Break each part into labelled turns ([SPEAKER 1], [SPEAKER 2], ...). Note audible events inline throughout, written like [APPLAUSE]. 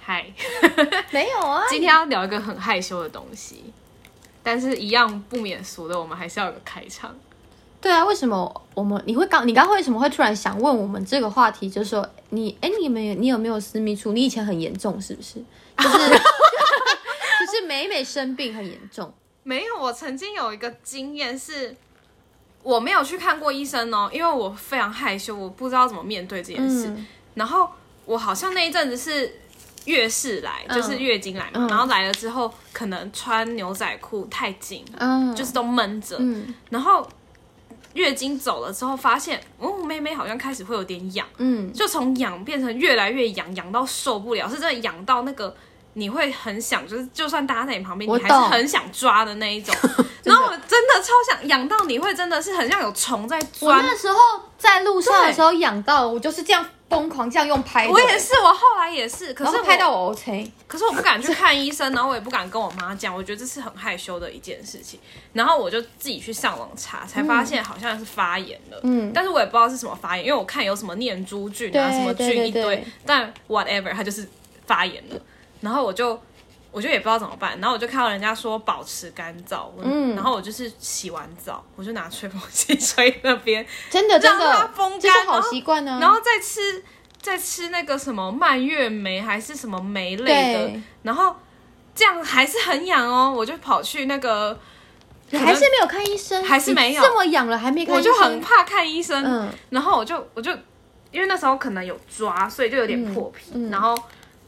[SPEAKER 1] 嗨，
[SPEAKER 2] 没有啊，
[SPEAKER 1] 今天要聊一个很害羞的东西，但是一样不免俗的，我们还是要有个开场。
[SPEAKER 2] 对啊，为什么我们你会刚你刚刚为什么会突然想问我们这个话题？就是说你哎，你们有你有没有私密处？你以前很严重是不是？就是 [LAUGHS] 就是每每生病很严重。
[SPEAKER 1] 没有，我曾经有一个经验是，我没有去看过医生哦，因为我非常害羞，我不知道怎么面对这件事。
[SPEAKER 2] 嗯
[SPEAKER 1] 然后我好像那一阵子是月事来，
[SPEAKER 2] 嗯
[SPEAKER 1] 就是月经来嘛，
[SPEAKER 2] 嗯
[SPEAKER 1] 然后来了之后可能穿牛仔裤太紧，
[SPEAKER 2] 嗯，
[SPEAKER 1] 就是都闷着，
[SPEAKER 2] 嗯
[SPEAKER 1] 然后月经走了之后，发现哦，妹妹好像开始会有点痒，
[SPEAKER 2] 嗯
[SPEAKER 1] 就从痒变成越来越痒，痒到受不了，是真的痒到那个。你会很想，就是就算大家在你旁边，
[SPEAKER 2] 我
[SPEAKER 1] 你还是
[SPEAKER 2] 懂
[SPEAKER 1] 很想抓的那一
[SPEAKER 2] [LAUGHS]
[SPEAKER 1] 种。然后我真的超想痒到你会真的是很像有虫在
[SPEAKER 2] 我
[SPEAKER 1] 钻
[SPEAKER 2] 那时候在路上的时候痒到，我就是这样疯狂这样用拍的，
[SPEAKER 1] 我也是，我后来也是，可
[SPEAKER 2] 然
[SPEAKER 1] 是
[SPEAKER 2] 后
[SPEAKER 1] 我
[SPEAKER 2] 拍到我 OK，
[SPEAKER 1] 可是我不敢去看医生，然后我也不敢跟我妈讲，我觉得这是很害羞的一件事情。然后我就自己去上网查，才发现好像是发炎了。
[SPEAKER 2] 嗯
[SPEAKER 1] 但是我也不知道是什么发炎，因为我看有什么念珠菌啊，
[SPEAKER 2] 对
[SPEAKER 1] 什么
[SPEAKER 2] 对
[SPEAKER 1] 菌
[SPEAKER 2] 对
[SPEAKER 1] 一堆
[SPEAKER 2] 对，
[SPEAKER 1] 但 whatever，它就是发炎了。然后我就我就也不知道怎么办，然后我就看到人家说保持干燥，嗯，
[SPEAKER 2] 嗯
[SPEAKER 1] 然后我就是洗完澡，我就拿吹风机吹那边，
[SPEAKER 2] 真的真
[SPEAKER 1] 让它
[SPEAKER 2] 的
[SPEAKER 1] 风，
[SPEAKER 2] 这
[SPEAKER 1] 干
[SPEAKER 2] 是
[SPEAKER 1] 然
[SPEAKER 2] 好
[SPEAKER 1] 后
[SPEAKER 2] 习惯啊。
[SPEAKER 1] 然后再吃再吃那个什么蔓越莓还是什么莓类的
[SPEAKER 2] 对，
[SPEAKER 1] 然后这样还是很痒哦，我就跑去那个，
[SPEAKER 2] 你还是没有看医生，
[SPEAKER 1] 还是没有
[SPEAKER 2] 你这么痒了还没看
[SPEAKER 1] 我
[SPEAKER 2] 医生，
[SPEAKER 1] 就很怕看医生，
[SPEAKER 2] 嗯
[SPEAKER 1] 然后我就我就因为那时候可能有抓，所以就有点破皮，
[SPEAKER 2] 嗯嗯
[SPEAKER 1] 然后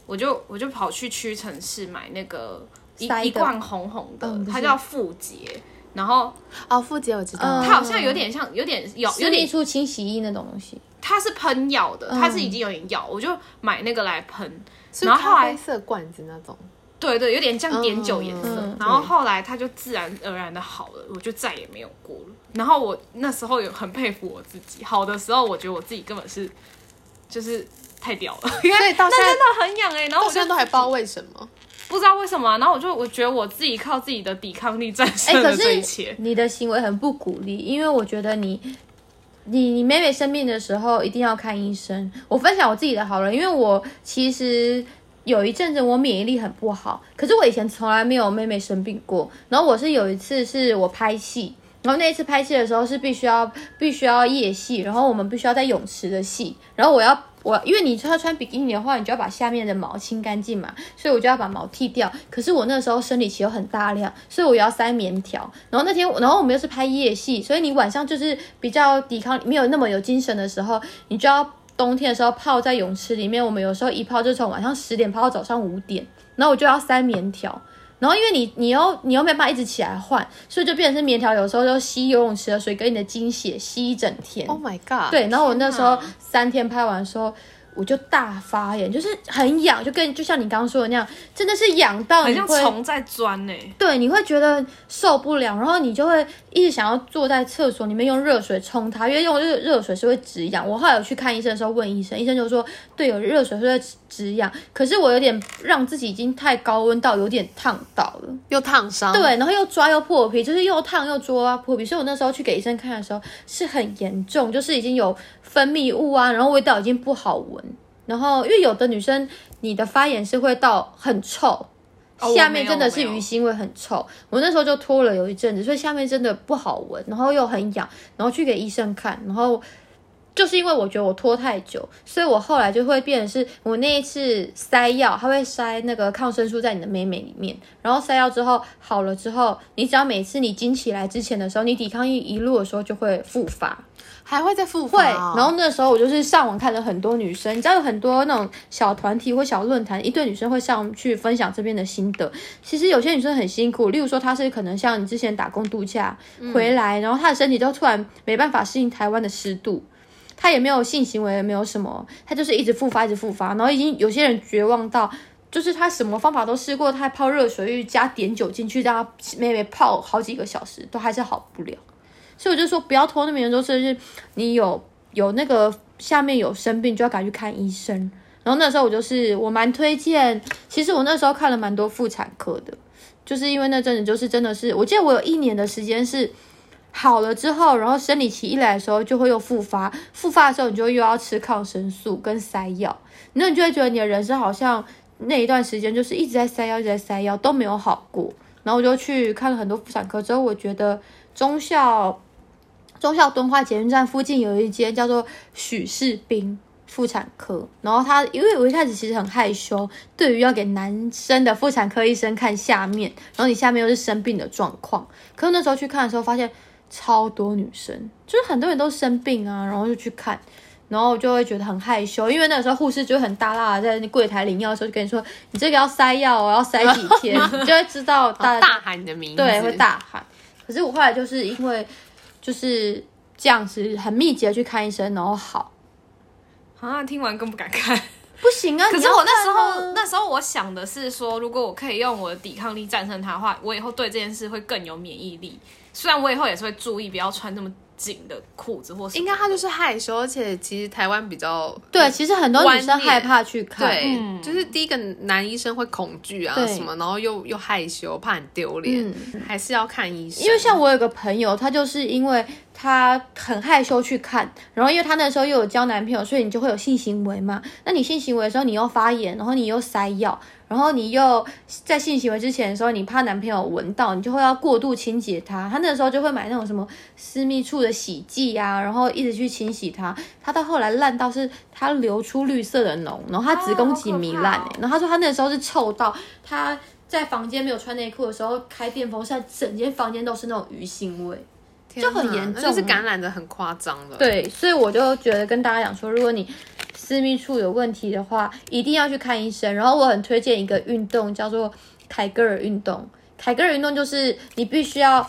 [SPEAKER 1] 我就我就跑去屈臣氏买那个一
[SPEAKER 2] 塞的
[SPEAKER 1] 一罐红红的，
[SPEAKER 2] 嗯不是
[SPEAKER 1] 它叫富洁，然后
[SPEAKER 3] 哦，富姐我知道，
[SPEAKER 2] 嗯
[SPEAKER 1] 它好像有点像有点有有
[SPEAKER 2] 私密
[SPEAKER 1] 点
[SPEAKER 2] 处清洗液那种东西，
[SPEAKER 1] 它是喷药的，
[SPEAKER 2] 嗯
[SPEAKER 1] 它是已经有点药，我就买那个来喷，
[SPEAKER 3] 是
[SPEAKER 1] 然后后
[SPEAKER 3] 咖
[SPEAKER 1] 来
[SPEAKER 3] 啡色罐子那种，
[SPEAKER 1] 对对，有点像碘酒颜色。
[SPEAKER 2] 嗯嗯
[SPEAKER 1] 然后后来它就自然而然的好了，我就再也没有过了。然后我那时候有很佩服我自己，好的时候我觉得我自己根本是就是太屌 [LAUGHS] 了，因为
[SPEAKER 3] 所以到现
[SPEAKER 1] 那
[SPEAKER 3] 在
[SPEAKER 1] 真的很痒哎、然后我
[SPEAKER 3] 到
[SPEAKER 1] 就
[SPEAKER 3] 现在都还不知道为什么。
[SPEAKER 1] 不知道为什么啊、然后我就我觉得我自己靠自己的抵抗力战
[SPEAKER 2] 哎、
[SPEAKER 1] 胜了 [LAUGHS] 这一
[SPEAKER 2] 可
[SPEAKER 1] 切。
[SPEAKER 2] 是你的行为很不鼓励，因为我觉得你，你你每每生病的时候一定要看医生。我分享我自己的好了，因为我其实有一阵子我免疫力很不好，可是我以前从来没有妹妹生病过。然后我是有一次是我拍戏。然后那一次拍戏的时候是必须要必须要夜戏，然后我们必须要在泳池的戏，然后我要我因为你要穿比基尼的话，你就要把下面的毛清干净嘛，所以我就要把毛剃掉。可是我那时候生理期又很大量，所以我也要塞棉条。然后那天，然后我们又是拍夜戏，所以你晚上就是比较抵抗，没有那么有精神的时候，你就要冬天的时候泡在泳池里面。我们有时候一泡就从晚上十点泡到早上五点，然后我就要塞棉条。然后因为你你又你又没办法一直起来换，所以就变成是棉条有时候就吸游泳池的水跟你的经血吸一整天。
[SPEAKER 3] [LAUGHS] Oh my god！，
[SPEAKER 2] 对，然后我那时候
[SPEAKER 1] 哦天哪
[SPEAKER 2] 三天拍完的时候，我就大发炎，就是很痒，就跟就像你刚刚说的那样，真的是痒到
[SPEAKER 1] 很
[SPEAKER 2] 你
[SPEAKER 1] 像
[SPEAKER 2] 会
[SPEAKER 1] 虫在钻呢、欸
[SPEAKER 2] 对，你会觉得受不了，然后你就会一直想要坐在厕所里面用热水冲它，因为用热热水是会止痒。我后来有去看医生的时候问医生，医生就说对，有热水是会止痒，可是我有点让自己已经太高温到有点烫到了。
[SPEAKER 3] 又烫伤，
[SPEAKER 2] 对，，然后又抓又破皮，就是又烫又抓破皮，所以我那时候去给医生看的时候是很严重，就是已经有分泌物啊，然后味道已经不好闻，然后因为有的女生你的发炎是会到很臭，
[SPEAKER 1] 哦我
[SPEAKER 2] 下
[SPEAKER 1] 没
[SPEAKER 2] 面
[SPEAKER 1] 有
[SPEAKER 2] 真的
[SPEAKER 1] 我
[SPEAKER 2] 是
[SPEAKER 1] 没有
[SPEAKER 2] 鱼腥味很臭，我那时候就拖了有一阵子，所以下面真的不好闻，然后又很痒，然后去给医生看，然后就是因为我觉得我拖太久，所以我后来就会变成是我那一次塞药，它会塞那个抗生素在你的妹妹里面，然后塞药之后好了之后，你只要每次你经起来之前的时候，你抵抗力一路的时候就会复发，
[SPEAKER 3] 还会再复
[SPEAKER 2] 会。
[SPEAKER 3] 发哦、
[SPEAKER 2] 然后那时候我就是上网看了很多女生，你知道有很多那种小团体或小论坛，一堆女生会上去分享这边的心得。其实有些女生很辛苦，例如说她是可能像你之前打工度假回来，然后她的身体就突然没办法适应台湾的湿度。她也没有性行为，也没有什么，她就是一直复发，一直复发，然后已经有些人绝望到，就是她什么方法都试过，她还泡热水浴加碘酒进去，让她妹妹泡好几个小时，都还是好不了。所以我就说不要拖那么严重，甚至你有有那个下面有生病就要赶去看医生。然后那时候我就是我蛮推荐，其实我那时候看了蛮多妇产科的，就是因为那阵子就是真的是，我记得我有一年的时间是好了之后，然后生理期一来的时候就会又复发，复发的时候你就又要吃抗生素跟塞药，那你就会觉得你的人生好像那一段时间就是一直在塞药，一直在塞药，都没有好过。然后我就去看了很多妇产科，之后我觉得中校中校敦化捷运站附近有一间叫做许士兵妇产科，然后他因为我一开始其实很害羞，对于要给男生的妇产科医生看下面，然后你下面又是生病啊的状况，可是那时候去看的时候发现超多女生，就是很多人都生病啊，然后就去看。然后我就会觉得很害羞，因为那个时候护士就很大啦，在柜台领药的时候就跟你说，你这个要塞药哦，我要塞几天， [LAUGHS] 你就会知道
[SPEAKER 1] 呃
[SPEAKER 2] 大
[SPEAKER 3] 大喊你的名字，
[SPEAKER 2] 对，会大喊。可是我后来就是因为就是这样子很密集的去看医生，然后好，
[SPEAKER 1] 啊，听完更不敢看。
[SPEAKER 2] 不行啊！
[SPEAKER 1] 可
[SPEAKER 2] 你
[SPEAKER 1] 是
[SPEAKER 2] 要
[SPEAKER 1] 我那时
[SPEAKER 2] 看啊
[SPEAKER 1] 候，那时候我想的是说，如果我可以用我的抵抗力战胜它的话，我以后对这件事会更有免疫力。虽然我以后也是会注意不要穿那么紧的裤子或什么，
[SPEAKER 3] 应该他就是害羞，而且其实台湾比较
[SPEAKER 2] 对，其实很多女生
[SPEAKER 3] 观念
[SPEAKER 2] 害怕去看，
[SPEAKER 3] 对，
[SPEAKER 1] 嗯
[SPEAKER 3] 就是第一个男医生会恐惧啊
[SPEAKER 2] 对嗯
[SPEAKER 3] 什么，然后又又害羞，怕很丢脸，还是要看医生。
[SPEAKER 2] 因为像我有个朋友，她就是因为她很害羞去看，然后因为她那时候又有交男朋友，所以你就会有性行为嘛。那你性行为的时候，你又发炎，然后你又塞药，然后你又在性行为之前的时候，你怕男朋友闻到，你就会要过度清洁它。她那时候就会买那种什么私密处的洗剂啊，然后一直去清洗它。她到后来烂到是她流出绿色的脓，然后她子宫
[SPEAKER 1] 啊
[SPEAKER 2] 颈
[SPEAKER 1] 好可
[SPEAKER 2] 糜
[SPEAKER 1] 怕
[SPEAKER 2] 烂、欸
[SPEAKER 1] 哦
[SPEAKER 2] 然后她说她那时候是臭到她。在房间没有穿内裤的时候开电风扇，整间房间都是那种鱼腥味。
[SPEAKER 3] 就
[SPEAKER 2] 很严重啊
[SPEAKER 3] 就是感染的很夸张了。，
[SPEAKER 2] 对，所以我就觉得跟大家讲说，如果你私密处有问题的话，一定要去看医生。然后我很推荐一个运动叫做凯格尔运动。凯格尔运动就是你必须要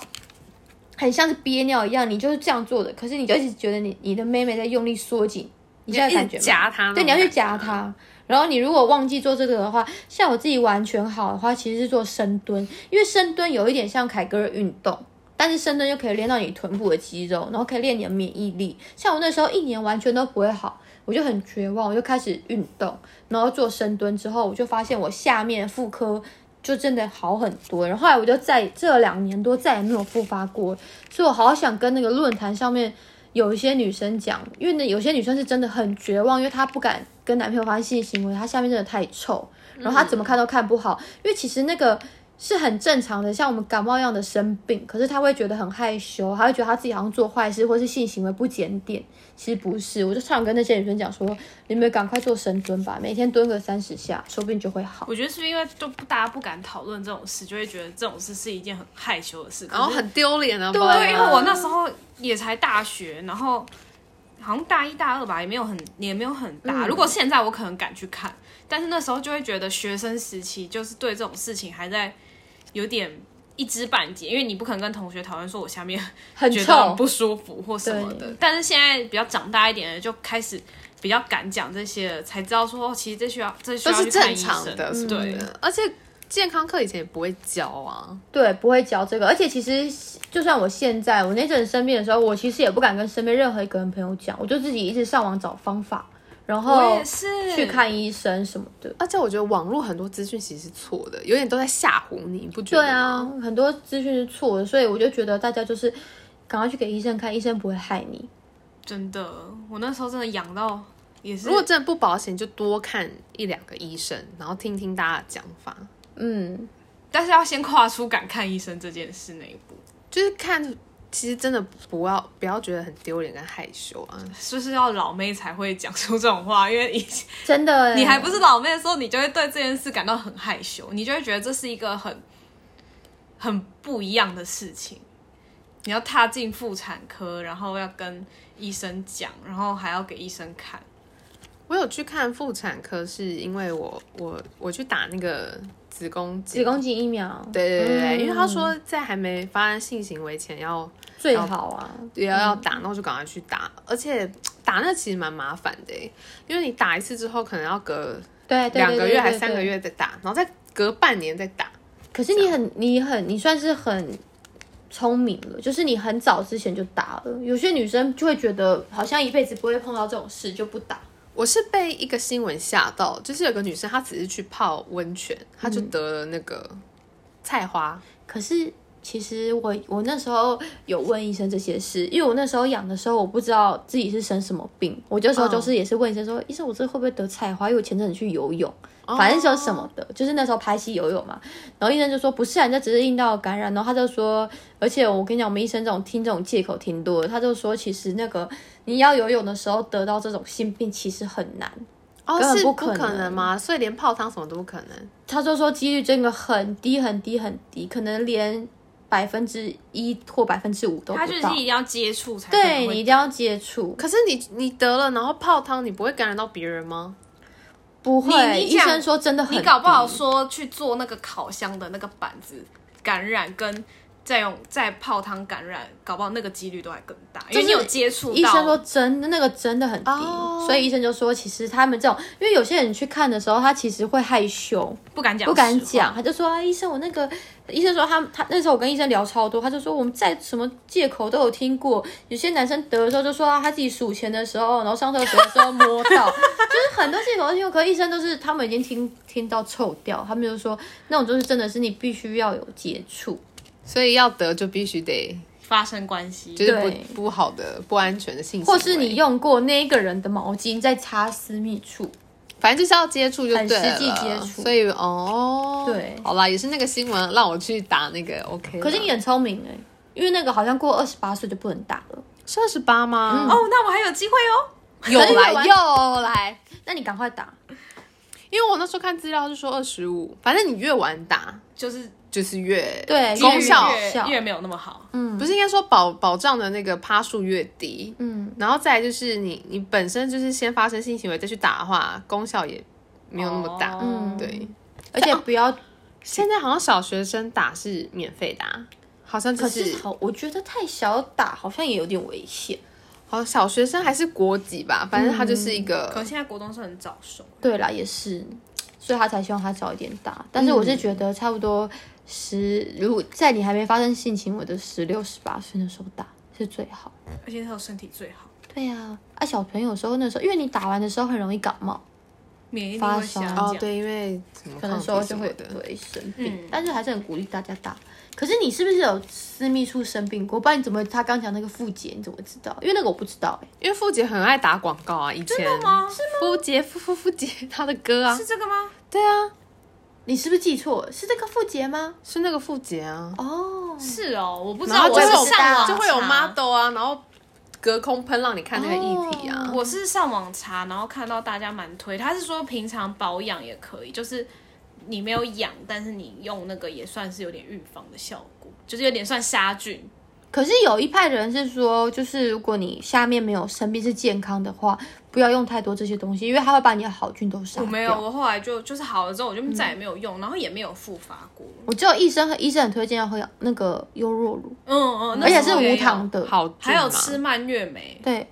[SPEAKER 2] 很像是憋尿一样，你就是这样做的，可是你就一直觉得你你的妹妹在用力缩紧，你现在有
[SPEAKER 3] 一
[SPEAKER 2] 感觉
[SPEAKER 3] 直
[SPEAKER 2] 吗
[SPEAKER 3] 夹他，
[SPEAKER 2] 对，你要去夹。它。然后你如果忘记做这个的话，像我自己完全好的话，其实是做深蹲，因为深蹲有一点像凯格尔运动，但是深蹲又可以练到你臀部的肌肉，然后可以练你的免疫力。像我那时候一年完全都不会好，我就很绝望，我就开始运动，然后做深蹲之后，我就发现我下面妇科就真的好很多。然后后来我就在这两年多再也没有复发过，所以我好想跟那个论坛上面有一些女生讲，因为呢有些女生是真的很绝望，因为她不敢跟男朋友发生性行为，她下面真的太臭，然后她
[SPEAKER 1] 嗯
[SPEAKER 2] 怎么看都看不好，因为其实那个。是很正常的，像我们感冒一样的生病，可是她会觉得很害羞，她会觉得她自己好像做坏事或是性行为不检点，其实不是。我就常跟那些女生讲说，你们赶快做深蹲吧，每天蹲个三十下，说不定就会好。
[SPEAKER 1] 我觉得是不是因为就不大家不敢讨论这种事，就会觉得这种事是一件很害羞的事。
[SPEAKER 3] 然后
[SPEAKER 1] 可是
[SPEAKER 3] 很丢脸啊！
[SPEAKER 1] 对，因为我
[SPEAKER 3] 那
[SPEAKER 1] 那时候也才大学，然后好像大一大二吧，也没有很也没有很大。
[SPEAKER 3] 嗯
[SPEAKER 1] 如果现在我可能敢去看，但是那时候就会觉得学生时期就是对这种事情还在有点一知半解，因为你不可能跟同学讨论说我下面
[SPEAKER 2] 很
[SPEAKER 1] 觉得
[SPEAKER 2] 臭
[SPEAKER 1] 很，不舒服或什么的
[SPEAKER 2] 对。
[SPEAKER 1] 但是现在比较长大一点的，就开始比较敢讲这些了，才知道说哦其实这需要这需
[SPEAKER 3] 都
[SPEAKER 1] 要
[SPEAKER 3] 是
[SPEAKER 1] 去看
[SPEAKER 3] 正
[SPEAKER 1] 医
[SPEAKER 3] 常
[SPEAKER 1] 生
[SPEAKER 3] 的，是不
[SPEAKER 1] 嗯对
[SPEAKER 3] 是，而且健康课以前也不会教啊。
[SPEAKER 2] 对，不会教这个。而且其实，就算我现在我那阵生病的时候，我其实也不敢跟身边任何一个人朋友讲，我就自己一直上网找方法，然
[SPEAKER 3] 哦
[SPEAKER 1] 我
[SPEAKER 2] 后
[SPEAKER 1] 也是
[SPEAKER 2] 去看医生什么的。
[SPEAKER 3] 而且我觉得网络很多资讯其实是错的，有点都在吓唬你，你不觉得？
[SPEAKER 2] 对啊，，很多资讯是错的，所以我就觉得大家就是赶快去给医生看，医生不会害你。
[SPEAKER 1] 真的，我那时候真的痒到也是
[SPEAKER 3] 如。果真的不保险，就多看一两个医生，然后听听大家的讲法。
[SPEAKER 2] 嗯，
[SPEAKER 1] 但是要先跨出敢看医生这件事那一步，
[SPEAKER 3] 就是看，其实真的不要不要觉得很丢脸跟害羞啊。
[SPEAKER 1] 就是要老妹才会讲出这种话，因为以前
[SPEAKER 2] 真的欸，
[SPEAKER 1] 你还不是老妹的时候，你就会对这件事感到很害羞，你就会觉得这是一个很很不一样的事情。你要踏进妇产科，然后要跟医生讲，然后还要给医生看。
[SPEAKER 3] 我有去看妇产科，是因为我我我去打那个子宫
[SPEAKER 2] 子
[SPEAKER 3] 颈
[SPEAKER 2] 宫颈疫苗，
[SPEAKER 3] 对对对对，
[SPEAKER 2] 嗯
[SPEAKER 3] 因为他说在还没发生性行为前要
[SPEAKER 2] 最好啊。
[SPEAKER 3] 也要要打，那我就赶快去打，而且打那其实蛮麻烦的欸，因为你打一次之后可能要隔
[SPEAKER 2] 对，对对
[SPEAKER 3] 两个
[SPEAKER 2] 对
[SPEAKER 3] 月
[SPEAKER 2] 对
[SPEAKER 3] 还
[SPEAKER 2] 对
[SPEAKER 3] 三个
[SPEAKER 2] 对
[SPEAKER 3] 月再打，然后再隔半年再打。
[SPEAKER 2] 可是你很，你很，你算是很聪明了，就是你很早之前就打了。有些女生就会觉得好像一辈子不会碰到这种事，就不打。
[SPEAKER 3] 我是被一个新闻吓到，就是有个女
[SPEAKER 2] 嗯
[SPEAKER 3] 生她只是去泡温泉，她就得了那个菜花，
[SPEAKER 2] 可是其实我我那时候有问医生这些事，因为我那时候养的时候，我不知道自己是生什么病，我那时候就是也是问医生说，医生我这会不会得菜花？因为我前阵子去游泳，反正就是什么的，就是那时候拍戏游泳嘛，然后医生就说不是啊，你这只是阴道感染，然后他就说，而且我跟你讲，我们医生这种听这种借口听多了，他就说其实那个你要游泳的时候得到这种性病其实很难，
[SPEAKER 3] 哦，
[SPEAKER 2] 根本
[SPEAKER 3] 是
[SPEAKER 2] 不可
[SPEAKER 3] 可能
[SPEAKER 2] 能
[SPEAKER 3] 吗？所以连泡汤什么都不可能。
[SPEAKER 2] 他就说几率真的很低很低很低，可能连百分之一或百分之五都不
[SPEAKER 1] 他就是
[SPEAKER 2] 到
[SPEAKER 1] 一。定要接触才可能
[SPEAKER 2] 对
[SPEAKER 1] 会
[SPEAKER 2] 你一定要接触，
[SPEAKER 3] 可是你你得了，然后泡汤，你不会感染到别人吗？
[SPEAKER 2] 不会。
[SPEAKER 1] 你
[SPEAKER 2] 医
[SPEAKER 1] 讲
[SPEAKER 2] 生说真的很低，
[SPEAKER 1] 你搞不好说去做那个烤箱的那个板子感染，跟再用再泡汤感染，搞不好那个几率都还更大，因为你有接触到。
[SPEAKER 2] 医生说真的那个真的很低，
[SPEAKER 3] 哦
[SPEAKER 2] 所以医生就说其实他们这种，因为有些人去看的时候，他其实会害羞，
[SPEAKER 1] 不敢讲，
[SPEAKER 2] 不敢讲，。他就说啊，医生我那个。医生说他他那时候我跟医生聊超多，他就说我们在什么借口都有听过，有些男生得的时候就说、啊、他自己数钱的时候，然后上厕所的时候摸到， [LAUGHS] 就是很多借口都听过。可是医生都是他们已经听听到臭掉，他们就说那种就是真的是你必须要有接触，
[SPEAKER 3] 所以要得就必须得
[SPEAKER 1] 发生关系，
[SPEAKER 3] 就是
[SPEAKER 2] 对
[SPEAKER 3] 不不好的、不安全的性行
[SPEAKER 2] 或
[SPEAKER 3] 为，
[SPEAKER 2] 是你用过那一个人的毛巾在擦私密处，
[SPEAKER 3] 反正就是要接触就对了，
[SPEAKER 2] 很实际接触
[SPEAKER 3] 所以哦，
[SPEAKER 2] 对
[SPEAKER 3] 好啦，也是那个新闻让我去打那个 OK 啦。
[SPEAKER 2] 可是你很聪明哎、因为那个好像过二十八岁就不能打了。
[SPEAKER 3] 是二十八
[SPEAKER 2] 嗯
[SPEAKER 3] 吗？
[SPEAKER 1] 哦，那我还有机会哦。
[SPEAKER 3] 有
[SPEAKER 2] 可是
[SPEAKER 3] 来
[SPEAKER 2] 有玩
[SPEAKER 3] 又来，
[SPEAKER 2] 那你赶快打，
[SPEAKER 3] 因为我那时候看资料是说二十五，反正你越晚打
[SPEAKER 1] 就是
[SPEAKER 3] 就是越
[SPEAKER 2] 对
[SPEAKER 3] 功效
[SPEAKER 1] 越
[SPEAKER 2] 效
[SPEAKER 1] 越没有那么好，
[SPEAKER 3] 不是应该说保保障的那个趴数越低，
[SPEAKER 2] 嗯，
[SPEAKER 3] 然后再来就是你你本身就是先发生性行为再去打的话，功效也没有那么大。
[SPEAKER 2] 哦
[SPEAKER 1] 嗯
[SPEAKER 3] 对，
[SPEAKER 2] 而且不要。
[SPEAKER 3] 现在好像小学生打是免费的、啊，好像就
[SPEAKER 2] 可
[SPEAKER 3] 是
[SPEAKER 2] 是好，我觉得太小打好像也有点危险。
[SPEAKER 3] 好像小学生还是国籍吧，反正他就是一
[SPEAKER 2] 嗯
[SPEAKER 3] 个。
[SPEAKER 1] 可能现在国中生很早熟，
[SPEAKER 2] 对啦，也是，所以他才希望他早一点打。但是我是觉得差不多十，如果在你还没发生性行为的十六、十八岁的时候打是最好。
[SPEAKER 1] 而且他有身体最好，
[SPEAKER 2] 对呀、啊，啊小朋友的时候那时候，因为你打完的时候很容易感冒，
[SPEAKER 1] 免疫力会下
[SPEAKER 2] 发烧
[SPEAKER 1] 降。
[SPEAKER 3] 哦，，对，因为什么
[SPEAKER 2] 可能
[SPEAKER 3] 抗体
[SPEAKER 2] 时候就
[SPEAKER 3] 什么
[SPEAKER 2] 会
[SPEAKER 3] 的，
[SPEAKER 2] 会生病，
[SPEAKER 1] 嗯
[SPEAKER 2] 但是还是很鼓励大家打。可是你是不是有私密处生病过？不然你怎么他刚讲那个复检你怎么知道？因为那个我不知道哎、
[SPEAKER 3] 因为傅姐很爱打广告啊，以前
[SPEAKER 1] 真的吗？是
[SPEAKER 3] 傅杰傅傅傅杰他的歌啊
[SPEAKER 1] 是，这个吗？
[SPEAKER 3] 对啊，
[SPEAKER 2] 你是不是记错了？是这个复检吗？
[SPEAKER 3] 是那个傅杰啊，
[SPEAKER 2] 哦，
[SPEAKER 1] 是哦，我不知
[SPEAKER 3] 然
[SPEAKER 1] 道，
[SPEAKER 3] 后
[SPEAKER 1] 我
[SPEAKER 3] 就会
[SPEAKER 1] 是
[SPEAKER 3] 有
[SPEAKER 1] 上网
[SPEAKER 3] 就会有
[SPEAKER 1] 查
[SPEAKER 3] model 啊，然后隔空喷让你看那个液体啊，
[SPEAKER 1] 我是上网查，然后看到大家蛮推，他是说平常保养也可以，就是你没有痒，但是你用那个也算是有点预防的效果，就是有点算杀菌。
[SPEAKER 2] 可是有一派的人是说，就是如果你下面没有生病是健康的话，不要用太多这些东西，因为它会把你的好菌都杀
[SPEAKER 1] 我
[SPEAKER 2] 掉。
[SPEAKER 1] 没有，我后来就就是好了之后，我就再也没有用，然后也没有复发过。
[SPEAKER 2] 我只有医生和医生很推荐要喝那个优若乳，
[SPEAKER 1] 嗯嗯，
[SPEAKER 2] 而
[SPEAKER 1] 那
[SPEAKER 2] 且
[SPEAKER 1] 时
[SPEAKER 2] 是
[SPEAKER 1] 候也
[SPEAKER 2] 无
[SPEAKER 1] 有
[SPEAKER 2] 糖，的。
[SPEAKER 3] 好菌
[SPEAKER 1] 还有
[SPEAKER 3] 嘛
[SPEAKER 1] 吃蔓越莓，
[SPEAKER 2] 对，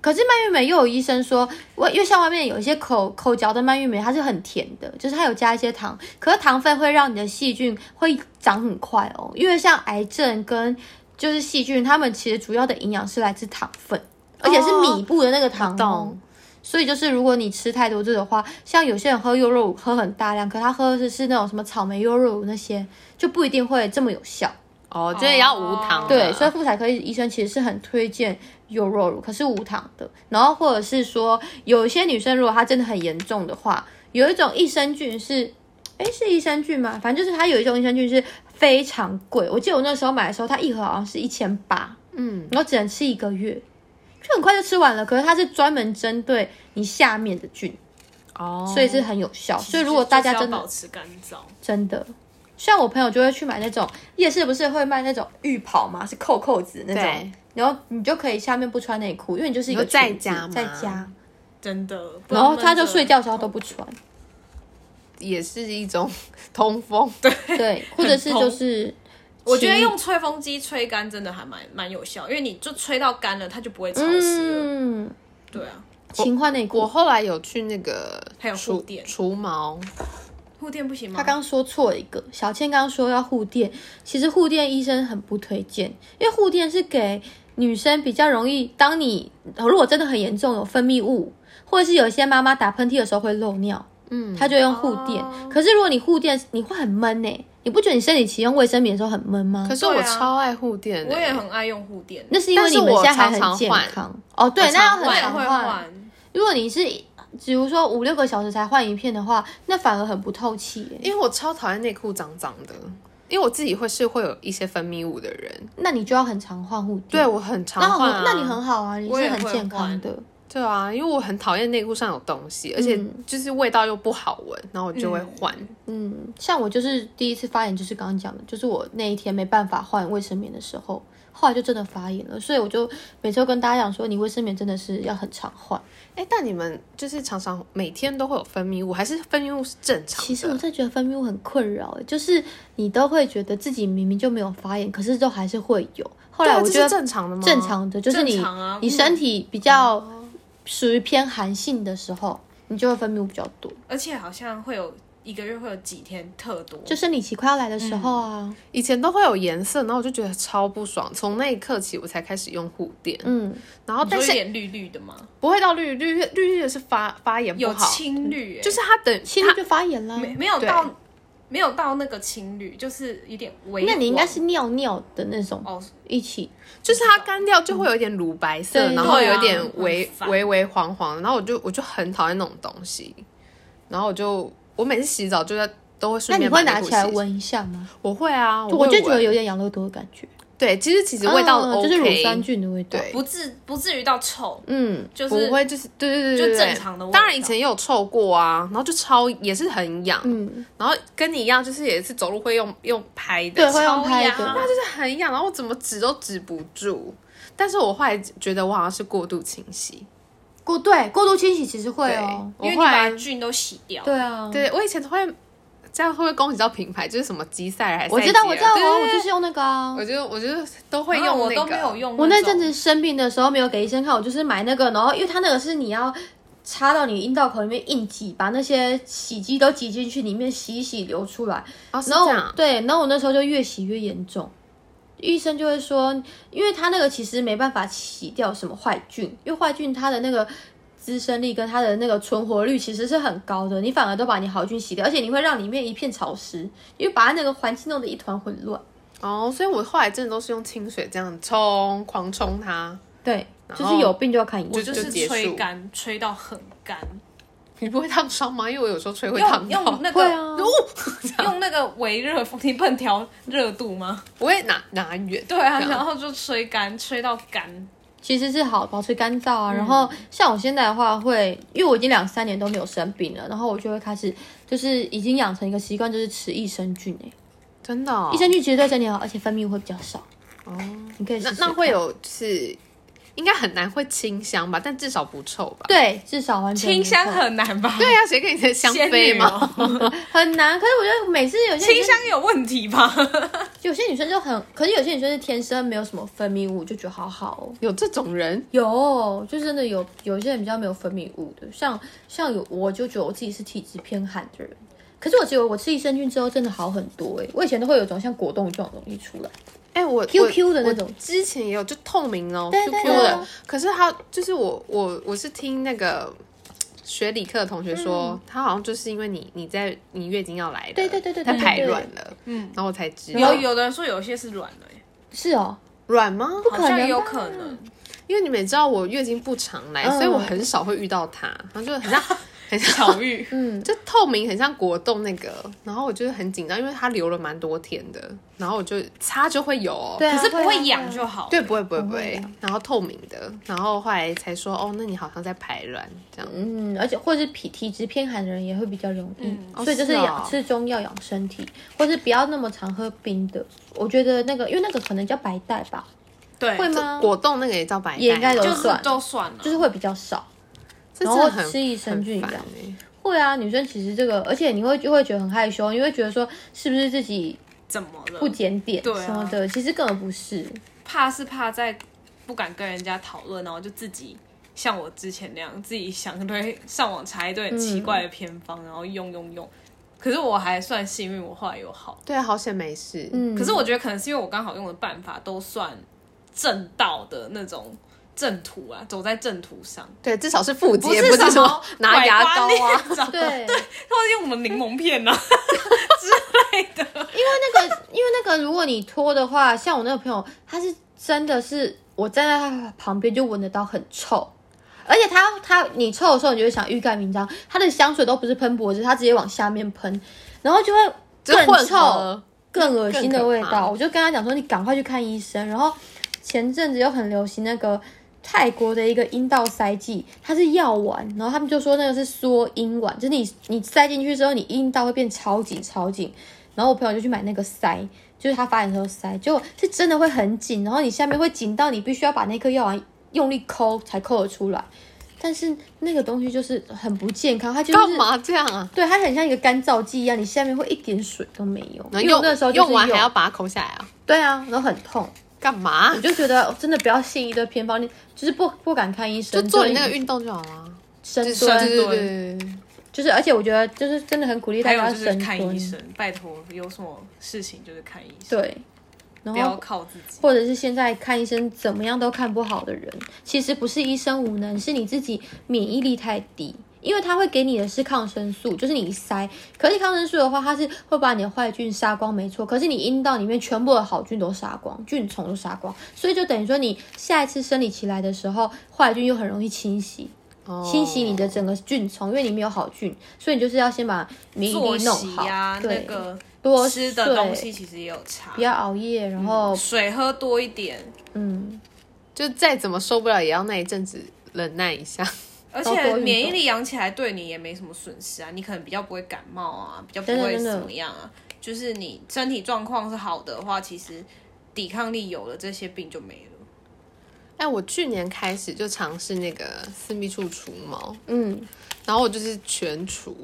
[SPEAKER 2] 可是蔓越莓又有医生说，我因为像外面有一些口口嚼的蔓越莓，它是很甜的，就是它有加一些糖，可是糖分会让你的细菌会长很快哦，因为像癌症跟就是细菌，它们其实主要的营养是来自糖分，而且是米布的那个糖哦。
[SPEAKER 3] 懂
[SPEAKER 2] 所以就是，如果你吃太多这的话，像有些人喝优酪乳喝很大量，可他喝的是那种什么草莓优酪乳那些，就不一定会这么有效。
[SPEAKER 3] 哦，这也要无糖的，
[SPEAKER 2] 对，所以妇产科医生其实是很推荐优酪乳，可是无糖的。然后或者是说，有一些女生如果她真的很严重的话，有一种益生菌是，哎，是益生菌吗？反正就是它有一种益生菌是非常贵，我记得我那时候买的时候，它一盒好像是一千八，
[SPEAKER 3] 嗯，
[SPEAKER 2] 然后只能吃一个月，就很快就吃完了。可是它是专门针对你下面的菌，
[SPEAKER 3] 哦，
[SPEAKER 2] 所以是很有效。所以如果大家
[SPEAKER 1] 就是
[SPEAKER 2] 真
[SPEAKER 1] 要保
[SPEAKER 2] 的
[SPEAKER 1] 持干燥，
[SPEAKER 2] 真的。像我朋友就会去买那种夜市，不是会卖那种浴袍嘛，是扣扣子的那种
[SPEAKER 3] 对，
[SPEAKER 2] 然后哦你就可以下面不穿内裤，因为你就是一个
[SPEAKER 3] 你说在
[SPEAKER 2] 裙子
[SPEAKER 3] 家吗
[SPEAKER 2] 在家，
[SPEAKER 1] 真的。不
[SPEAKER 2] 然后
[SPEAKER 1] 闷
[SPEAKER 2] 他就
[SPEAKER 1] 着
[SPEAKER 2] 睡觉的时候都不穿，
[SPEAKER 3] 也是一种 [LAUGHS] 通风，对，
[SPEAKER 2] 对，或者是就是，
[SPEAKER 1] 我觉得用吹风机吹干真的还蛮蛮有效，因为你就吹到干了，它就不会潮湿了。
[SPEAKER 2] 嗯，
[SPEAKER 1] 对啊，
[SPEAKER 2] 勤换内
[SPEAKER 3] 我
[SPEAKER 2] 裤。
[SPEAKER 3] 后来有去那个
[SPEAKER 1] 还有
[SPEAKER 3] 除
[SPEAKER 1] 护垫嗯
[SPEAKER 3] 除毛，
[SPEAKER 1] 护垫不行吗？
[SPEAKER 2] 他刚说错了一个，小倩刚说要护垫，其实护垫医生很不推荐，因为护垫是给女生比较容易，当你如果真的很严重有分泌物，或者是有一些妈妈打喷嚏的时候会漏尿，嗯，她就用护垫。
[SPEAKER 1] 哦
[SPEAKER 2] 可是如果你护垫，你会很闷呢、欸你不觉得你身体期用卫生棉的时候很闷吗
[SPEAKER 3] 可？是我
[SPEAKER 1] 对啊
[SPEAKER 3] 超爱护垫的、欸
[SPEAKER 1] 我也很爱用护垫，
[SPEAKER 2] 那是因为
[SPEAKER 3] 但是
[SPEAKER 2] 你们
[SPEAKER 3] 我
[SPEAKER 2] 现在还
[SPEAKER 3] 常常
[SPEAKER 2] 很健
[SPEAKER 3] 换
[SPEAKER 2] 康哦，对，那要
[SPEAKER 3] 常
[SPEAKER 2] 很
[SPEAKER 1] 我也
[SPEAKER 2] 常
[SPEAKER 1] 会
[SPEAKER 2] 换。
[SPEAKER 1] 换。
[SPEAKER 2] 如果你是比如说五六个小时才换一片的话，那反而很不透气耶。
[SPEAKER 3] 因为我超讨厌内裤脏脏的，因为我自己会是会有一些分泌物的人，对
[SPEAKER 2] 那你就要很常换护
[SPEAKER 3] 对
[SPEAKER 2] 垫。
[SPEAKER 3] 我很常
[SPEAKER 2] 那
[SPEAKER 3] 换、
[SPEAKER 2] 很
[SPEAKER 3] 啊
[SPEAKER 2] 那你很好啊，你
[SPEAKER 1] 我
[SPEAKER 2] 是
[SPEAKER 1] 也
[SPEAKER 2] 很
[SPEAKER 1] 会
[SPEAKER 2] 健康的。
[SPEAKER 3] 对啊，因为我很讨厌内裤上有东西，而且就是味道又不好闻，然后我就会换。
[SPEAKER 2] 嗯，像我就是第一次发炎，就是刚刚讲的，就是我那一天没办法换卫生棉的时候，后来就真的发炎了，所以我就每次都跟大家讲说，你卫生棉真的是要很常换。
[SPEAKER 3] 哎、但你们就是常常每天都会有分泌物，还是分泌物是正常的？啊
[SPEAKER 2] 其实我真的觉得分泌物很困扰，哎就是你都会觉得自己明明就没有发炎，可是都还是会有。后
[SPEAKER 3] 对啊
[SPEAKER 2] 来我
[SPEAKER 3] 这
[SPEAKER 2] 觉
[SPEAKER 3] 是
[SPEAKER 2] 得
[SPEAKER 3] 正常的吗？
[SPEAKER 2] 正。常的，就是你、
[SPEAKER 1] 正常啊
[SPEAKER 2] 你身体比较属于偏寒性的时候，你就会分泌物比较多，
[SPEAKER 1] 而且好像会有一个月会有几天特多，
[SPEAKER 2] 就生理期快要来的时候啊，
[SPEAKER 3] 以前都会有颜色，然后我就觉得超不爽。从那一刻起，我才开始用护垫，
[SPEAKER 2] 嗯，
[SPEAKER 3] 然后
[SPEAKER 1] 就
[SPEAKER 3] 但
[SPEAKER 1] 有
[SPEAKER 3] 是
[SPEAKER 1] 点绿绿的嘛，
[SPEAKER 3] 不会到绿绿绿绿绿的是发发炎不
[SPEAKER 1] 有
[SPEAKER 3] 好，
[SPEAKER 1] 青绿、欸，
[SPEAKER 3] 就是它等
[SPEAKER 2] 其实就发炎啦。
[SPEAKER 1] 没没有
[SPEAKER 3] 对
[SPEAKER 1] 到没有到那个青绿，就是有点微黄。
[SPEAKER 2] 那你应该是尿尿的那种
[SPEAKER 1] 哦，
[SPEAKER 2] 一起，
[SPEAKER 3] 就是它干掉就会有一点乳白色，
[SPEAKER 2] 对
[SPEAKER 3] 然后
[SPEAKER 1] 对啊
[SPEAKER 3] 有一点
[SPEAKER 1] 很
[SPEAKER 3] 微
[SPEAKER 1] 烦
[SPEAKER 3] 微微黄黄的，然后我就我就很讨厌那种东西，然后我就我每次洗澡就在都会
[SPEAKER 2] 那
[SPEAKER 3] 顺
[SPEAKER 2] 你
[SPEAKER 3] 便把
[SPEAKER 2] 会拿
[SPEAKER 3] 内裤
[SPEAKER 2] 起来
[SPEAKER 3] 洗一洗？
[SPEAKER 2] 闻一下吗？
[SPEAKER 3] 我会啊，
[SPEAKER 2] 我
[SPEAKER 3] 会
[SPEAKER 2] 就觉得
[SPEAKER 3] 闻
[SPEAKER 2] 有点养乐多的感觉，
[SPEAKER 3] 对，其实其实味道
[SPEAKER 2] 嗯
[SPEAKER 3] OK，
[SPEAKER 2] 就是乳酸菌的味道。
[SPEAKER 3] 对
[SPEAKER 1] 不至不至于到臭，
[SPEAKER 2] 嗯，
[SPEAKER 1] 就是
[SPEAKER 3] 不会就是对对对对
[SPEAKER 1] 就
[SPEAKER 3] 对
[SPEAKER 1] 正常的味道
[SPEAKER 3] 当然以前也有臭过啊，然后就超也是很痒，
[SPEAKER 2] 嗯
[SPEAKER 3] 然后跟你一样就是也是走路会用用拍的，
[SPEAKER 2] 对，会用
[SPEAKER 1] 超
[SPEAKER 2] 拍
[SPEAKER 1] 痒
[SPEAKER 2] 的
[SPEAKER 1] 啊
[SPEAKER 3] 它就是很痒，然后我怎么止都止不住。但是我后来觉得我好像是过度清洗，
[SPEAKER 2] 过对过度清洗其实会哦，
[SPEAKER 1] 因为
[SPEAKER 3] 对
[SPEAKER 1] 你
[SPEAKER 3] 我后来
[SPEAKER 1] 把菌都洗掉。
[SPEAKER 2] 对啊，
[SPEAKER 3] 对，
[SPEAKER 1] 嗯
[SPEAKER 3] 我以前都会这样会不会攻击到品牌？就是什么基赛尔还是
[SPEAKER 2] 我知
[SPEAKER 3] 赛
[SPEAKER 2] 道
[SPEAKER 3] 吉尔
[SPEAKER 2] 我知道
[SPEAKER 3] 对
[SPEAKER 2] 啊，我
[SPEAKER 3] 对
[SPEAKER 2] 就是用那个啊。
[SPEAKER 3] 我就我就都会
[SPEAKER 1] 然
[SPEAKER 3] 用、
[SPEAKER 1] 后
[SPEAKER 3] 那个，
[SPEAKER 1] 啊我都没有。用种。
[SPEAKER 2] 我那阵子生病的时候没有给医生看，我就是买那个，然后因为它那个是你要插到你阴道口里面硬挤，把那些洗剂都挤进去，里面洗一洗流出来。
[SPEAKER 3] 哦，是
[SPEAKER 2] 然后
[SPEAKER 3] 这
[SPEAKER 2] 我
[SPEAKER 3] 样。
[SPEAKER 2] 对，然后我那时候就越洗越严重，医生就会说，因为他那个其实没办法洗掉什么坏菌，因为坏菌它的那个滋生力跟它的那个存活率其实是很高的，你反而都把你好菌洗掉，而且你会让里面一片潮湿，因为把它那个环境弄得一团混乱。
[SPEAKER 3] 哦，所以我后来真的都是用清水这样冲，狂冲它。
[SPEAKER 2] 对，就
[SPEAKER 3] 后
[SPEAKER 2] 是有病就要看医
[SPEAKER 1] 我
[SPEAKER 2] 生。
[SPEAKER 1] 就
[SPEAKER 3] 哦就是结束
[SPEAKER 1] 吹干，吹到很干，
[SPEAKER 3] 你不会烫伤吗？因为我有时候吹会烫
[SPEAKER 1] 用
[SPEAKER 3] 到。
[SPEAKER 1] 用那
[SPEAKER 2] 会
[SPEAKER 1] 个、
[SPEAKER 2] 啊，
[SPEAKER 1] 用那个微热风你泵调热度吗？
[SPEAKER 3] 我会拿拿远。
[SPEAKER 1] 对啊，
[SPEAKER 3] 这
[SPEAKER 1] 然
[SPEAKER 3] 样
[SPEAKER 1] 后就吹干，吹到干。
[SPEAKER 2] 其实是好保持干燥
[SPEAKER 1] 嗯
[SPEAKER 2] 啊。然后像我现在的话会，因为我已经两三年都没有生病了，然后我就会开始就是已经养成一个习惯，就是吃益生菌诶、
[SPEAKER 3] 真的、哦。
[SPEAKER 2] 益生菌其实对身体好，而且分泌物会比较少。
[SPEAKER 3] 哦，
[SPEAKER 2] 你可以试
[SPEAKER 3] 那
[SPEAKER 2] 试看
[SPEAKER 3] 那会有就是，应该很难会清香吧？但至少不臭吧？
[SPEAKER 2] 对，至少完全
[SPEAKER 1] 清香
[SPEAKER 2] 不会
[SPEAKER 1] 很难吧？
[SPEAKER 3] 对啊，谁给你的香
[SPEAKER 1] 仙
[SPEAKER 3] 妃
[SPEAKER 1] 女 [LAUGHS]
[SPEAKER 3] 嘛？
[SPEAKER 1] 哦
[SPEAKER 2] 很难。可是我觉得每次有些
[SPEAKER 1] 清香有问题吧？
[SPEAKER 2] 有些女生就很，可是有些女生是天生没有什么分泌物，就觉得好好哦。
[SPEAKER 3] 有这种人？
[SPEAKER 2] 有，就真的有有一些人比较没有分泌物的，像像有我就觉得我自己是体质偏寒的人，可是我觉得我吃益生菌之后真的好很多哎、我以前都会有一种像果冻状的东西出来，
[SPEAKER 3] 哎、我
[SPEAKER 2] QQ 的
[SPEAKER 3] 我
[SPEAKER 2] 那种
[SPEAKER 3] 我之前也有就透明哦
[SPEAKER 2] 对
[SPEAKER 3] q
[SPEAKER 2] 对
[SPEAKER 3] q 的，
[SPEAKER 2] 对
[SPEAKER 3] 可是他就是我我我是听那个学理科的同学说，他好像就是因为你你在你月经要来了，
[SPEAKER 2] 嗯对对对对
[SPEAKER 3] 他
[SPEAKER 2] 对
[SPEAKER 3] 排
[SPEAKER 2] 对
[SPEAKER 3] 卵了，嗯，然后我才知道
[SPEAKER 1] 有 [LAUGHS] 有的人说有些是软的、欸，
[SPEAKER 2] 是哦，
[SPEAKER 3] 卵吗？
[SPEAKER 2] 不可
[SPEAKER 1] 好像
[SPEAKER 2] 能
[SPEAKER 1] 有
[SPEAKER 2] 吧
[SPEAKER 1] 可能。
[SPEAKER 3] 因为你们也知道我月经不常来，
[SPEAKER 2] 嗯
[SPEAKER 3] 所以我很少会遇到它，然后就很像
[SPEAKER 2] [LAUGHS]
[SPEAKER 3] 很像
[SPEAKER 1] 巧 [LAUGHS] 遇，
[SPEAKER 2] 嗯，
[SPEAKER 3] 就透明，很像果冻那个，然后我就是很紧张，因为它流了蛮多天的，然后我就擦就会有、哦，
[SPEAKER 2] 对啊，
[SPEAKER 1] 可是不
[SPEAKER 2] 啊
[SPEAKER 1] 会痒就好。
[SPEAKER 3] 对，不会不会不
[SPEAKER 2] 不会
[SPEAKER 3] 会
[SPEAKER 2] 的，
[SPEAKER 3] 哦然后透明的，然后后来才说哦，那你好像在排卵这样。
[SPEAKER 2] 嗯，而且或者是体体质偏寒的人也会比较容易，
[SPEAKER 3] 哦
[SPEAKER 2] 所以嗯就是
[SPEAKER 3] 是哦
[SPEAKER 2] 养、吃中药养身体，或是不要那么常喝冰的。我觉得那个，因为那个可能叫白带吧，
[SPEAKER 1] 对，
[SPEAKER 2] 会
[SPEAKER 3] 这
[SPEAKER 2] 吗？
[SPEAKER 3] 果冻那个也叫白带，
[SPEAKER 2] 也应该有
[SPEAKER 1] 就
[SPEAKER 2] 算
[SPEAKER 1] 是
[SPEAKER 2] 了
[SPEAKER 1] 都算了，
[SPEAKER 2] 就是会比较少。
[SPEAKER 3] 这
[SPEAKER 2] 然
[SPEAKER 3] 真
[SPEAKER 2] 后
[SPEAKER 3] 的很
[SPEAKER 2] 吃益生菌
[SPEAKER 3] 很
[SPEAKER 2] 这
[SPEAKER 3] 烦
[SPEAKER 2] 样
[SPEAKER 3] 欸
[SPEAKER 2] 会啊，女生其实这个，而且你会就会觉得很害羞，你会觉得说是不是自己
[SPEAKER 1] 怎么了？
[SPEAKER 2] 不检点
[SPEAKER 1] 对啊
[SPEAKER 2] 什么的，其实根本不是。
[SPEAKER 1] 怕是怕在不敢跟人家讨论，然后就自己像我之前那样，自己想一堆上网查一堆很奇怪的偏方，然后用用用。可是我还算幸运，我后来有好。
[SPEAKER 3] 对，啊好险没事。
[SPEAKER 2] 嗯，
[SPEAKER 1] 可是我觉得可能是因为我刚好用的办法都算正道的那种正途啊，走在正途上，
[SPEAKER 3] 对，至少是腹肌，不
[SPEAKER 1] 是
[SPEAKER 3] 是
[SPEAKER 1] 什
[SPEAKER 3] 说
[SPEAKER 1] 么
[SPEAKER 3] 拿牙膏啊。
[SPEAKER 1] 啊
[SPEAKER 2] [LAUGHS] 对
[SPEAKER 1] 或者用我们柠檬片啊之类的。[LAUGHS]
[SPEAKER 2] 那个，因为那个，如果你拖的话，像我那个朋友，他是真的是我站在他旁边就闻得到很臭，而且他他你臭的时候，你就会想欲盖弥彰，他的香水都不是喷脖子，他直接往下面喷，然后就会
[SPEAKER 3] [LAUGHS] 就
[SPEAKER 2] 更
[SPEAKER 3] 混
[SPEAKER 2] 臭、
[SPEAKER 3] 合。
[SPEAKER 2] 更恶心的味
[SPEAKER 3] 更可
[SPEAKER 2] 道。
[SPEAKER 3] 怕
[SPEAKER 2] 我就跟他讲说，你赶快去看医生。然后前阵子又很流行那个。泰国的一个阴道塞剂，它是药丸，然后他们就说那个是缩阴丸，就是你你塞进去之后，你阴道会变超紧超紧。然后我朋友就去买那个塞，就是他发炎的时候塞，就是真的会很紧，然后你下面会紧到你必须要把那颗药丸用力抠才抠得出来。但是那个东西就是很不健康，它就是
[SPEAKER 3] 干嘛这样啊？
[SPEAKER 2] 对，它很像一个干燥剂一样，你下面会一点水都没有。
[SPEAKER 3] 然后
[SPEAKER 2] 因为我
[SPEAKER 3] 用
[SPEAKER 2] 那时候就是
[SPEAKER 3] 用完
[SPEAKER 2] 有
[SPEAKER 3] 还要把它抠下来啊？
[SPEAKER 2] 对啊，然后很痛，
[SPEAKER 3] 干嘛
[SPEAKER 2] 我？就觉得哦真的不要信一堆偏方，你就是不不敢看医
[SPEAKER 3] 就
[SPEAKER 2] 生，
[SPEAKER 3] 做你那个运动就好了。啊
[SPEAKER 2] 深
[SPEAKER 3] 就
[SPEAKER 2] 蹲，
[SPEAKER 3] 对对对，
[SPEAKER 2] 就是而且我觉得就是真的很鼓励大
[SPEAKER 1] 还有
[SPEAKER 2] 家
[SPEAKER 1] 就是
[SPEAKER 2] 深
[SPEAKER 1] 看医
[SPEAKER 2] 蹲，
[SPEAKER 1] 生，拜托，有什么事情就是看医生，
[SPEAKER 2] 对，然
[SPEAKER 1] 不要
[SPEAKER 2] 后
[SPEAKER 1] 靠自己。
[SPEAKER 2] 或者是现在看医生怎么样都看不好的人，其实不是医生无能，是你自己免疫力太低。因为他会给你的是抗生素，就是你一塞，可是抗生素的话，它是会把你的坏菌杀光，没错。可是你阴道里面全部的好菌都杀光，菌虫都杀光，所以就等于说你下一次生理期来的时候，坏菌又很容易清洗，
[SPEAKER 3] 哦
[SPEAKER 2] 清洗你的整个菌虫，因为你没有好菌，所以你就是要先把免疫
[SPEAKER 1] 作
[SPEAKER 2] 力弄
[SPEAKER 1] 息
[SPEAKER 2] 好，
[SPEAKER 1] 啊，那
[SPEAKER 2] 对，
[SPEAKER 1] 个
[SPEAKER 2] 多
[SPEAKER 1] 吃的
[SPEAKER 2] 睡
[SPEAKER 1] 东西其实也有差，
[SPEAKER 2] 不要熬夜，然后
[SPEAKER 1] 水喝多一点，
[SPEAKER 2] 嗯
[SPEAKER 3] 就再怎么受不了，也要那一阵子忍耐一下。
[SPEAKER 1] 而
[SPEAKER 2] 多运
[SPEAKER 1] 且
[SPEAKER 2] 动
[SPEAKER 1] 免疫力养起来对你也没什么损失啊，你可能比较不会感冒啊，比较不
[SPEAKER 2] 真的
[SPEAKER 1] 会
[SPEAKER 2] 真的
[SPEAKER 1] 怎么样啊。就是你身体状况是好的话，其实抵抗力有了，这些病就没了。
[SPEAKER 3] 哎，我去年开始就尝试那个私密处除毛，
[SPEAKER 2] 嗯，
[SPEAKER 3] 然后我就是全除，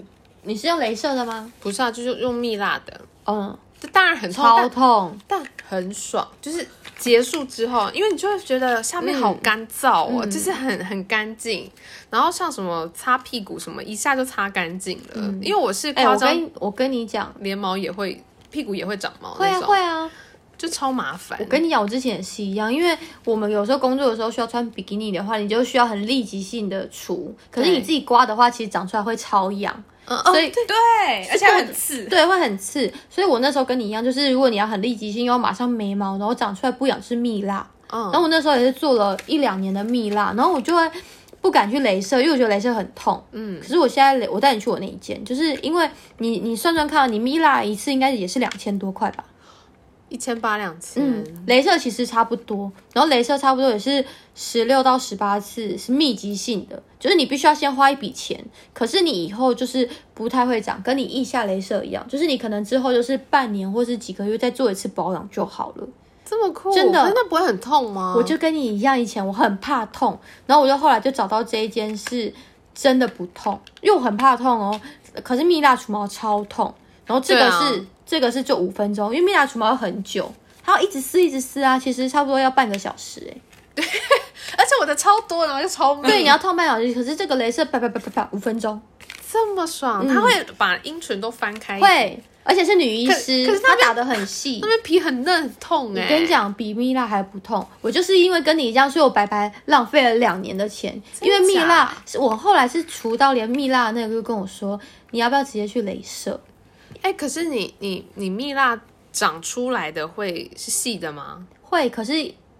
[SPEAKER 2] 你是用镭射的吗？
[SPEAKER 3] 不是啊，就是用蜜蜡的，
[SPEAKER 2] 嗯，
[SPEAKER 3] 这当然很痛，
[SPEAKER 2] 超
[SPEAKER 3] 但
[SPEAKER 2] 痛，
[SPEAKER 3] 但很爽，就是结束之后，因为你就会觉得下面好
[SPEAKER 2] 嗯
[SPEAKER 3] 干燥哦，就是很很干净。然后像什么擦屁股什么，一下就擦干净了。因为我是
[SPEAKER 2] 哎、
[SPEAKER 3] 夸
[SPEAKER 2] 我
[SPEAKER 3] 张，
[SPEAKER 2] 跟我跟你讲，
[SPEAKER 3] 连毛也会，屁股也会长毛
[SPEAKER 2] 会
[SPEAKER 3] 那
[SPEAKER 2] 啊
[SPEAKER 3] 种，
[SPEAKER 2] 会啊，
[SPEAKER 3] 就超麻烦
[SPEAKER 2] 我。跟你讲，我之前也是一样，因为我们有时候工作的时候需要穿比基尼的话，你就需要很立即性的除，可是
[SPEAKER 3] 对
[SPEAKER 2] 你自己刮的话，其实长出来会超痒，
[SPEAKER 3] 嗯，
[SPEAKER 2] 所
[SPEAKER 3] 所
[SPEAKER 2] 以
[SPEAKER 3] 以
[SPEAKER 1] 对，而且很刺。
[SPEAKER 2] 对，会很刺。所以我那时候跟你一样，就是如果你要很立即性，又要马上眉毛，然后长出来不痒是蜜蜡，然
[SPEAKER 3] 嗯，
[SPEAKER 2] 后我那时候也是做了一两年的蜜蜡，然后我就会不敢去镭射，因为我觉得镭射很痛。嗯，可是我现在镭我带你去我那一间，就是因为你你算算看，啊你蜜蜡一次应该也是两千多块吧？
[SPEAKER 3] 一千八两千，
[SPEAKER 2] 嗯，镭射其实差不多，然后镭射差不多也是十六到十八次，是密集性的，就是你必须要先花一笔钱，可是你以后就是不太会长，跟你腋下镭射一样，就是你可能之后就是半年或是几个月再做一次保养就好了。
[SPEAKER 3] 这么酷，
[SPEAKER 2] 真的
[SPEAKER 3] 可是那不会很痛吗？
[SPEAKER 2] 我就跟你一样，以前我很怕痛，然后我就后来就找到这一间是真的不痛，因为我很怕痛哦。可是蜜蜡除毛超痛，然后这个
[SPEAKER 3] 对啊
[SPEAKER 2] 是、这个是就五分钟，因为蜜蜡除毛要很久，它要一直撕一直撕啊，其实差不多要半个小时哎、
[SPEAKER 3] 而且我的超多，然后又超
[SPEAKER 2] 对，
[SPEAKER 3] 美，
[SPEAKER 2] 你要痛半小时，可是这个镭射啪啪啪啪啪五分钟，
[SPEAKER 3] 这么爽，它会把阴唇都翻开，，
[SPEAKER 2] 嗯会，而且是女医师，
[SPEAKER 3] 可可是
[SPEAKER 2] 她
[SPEAKER 3] 那边
[SPEAKER 2] 打得很细
[SPEAKER 3] 那。边皮很嫩，很痛哎、
[SPEAKER 2] 我跟你，讲，比蜜蜡还不痛。我就是因为跟你一样，所以我白白浪费了两年的钱。因为蜜蜡，是我后来是除到连蜜蜡那个就跟我说，你要不要直接去镭射？
[SPEAKER 3] 哎、可是你你你蜜蜡长出来的会是细的吗？
[SPEAKER 2] 会，可是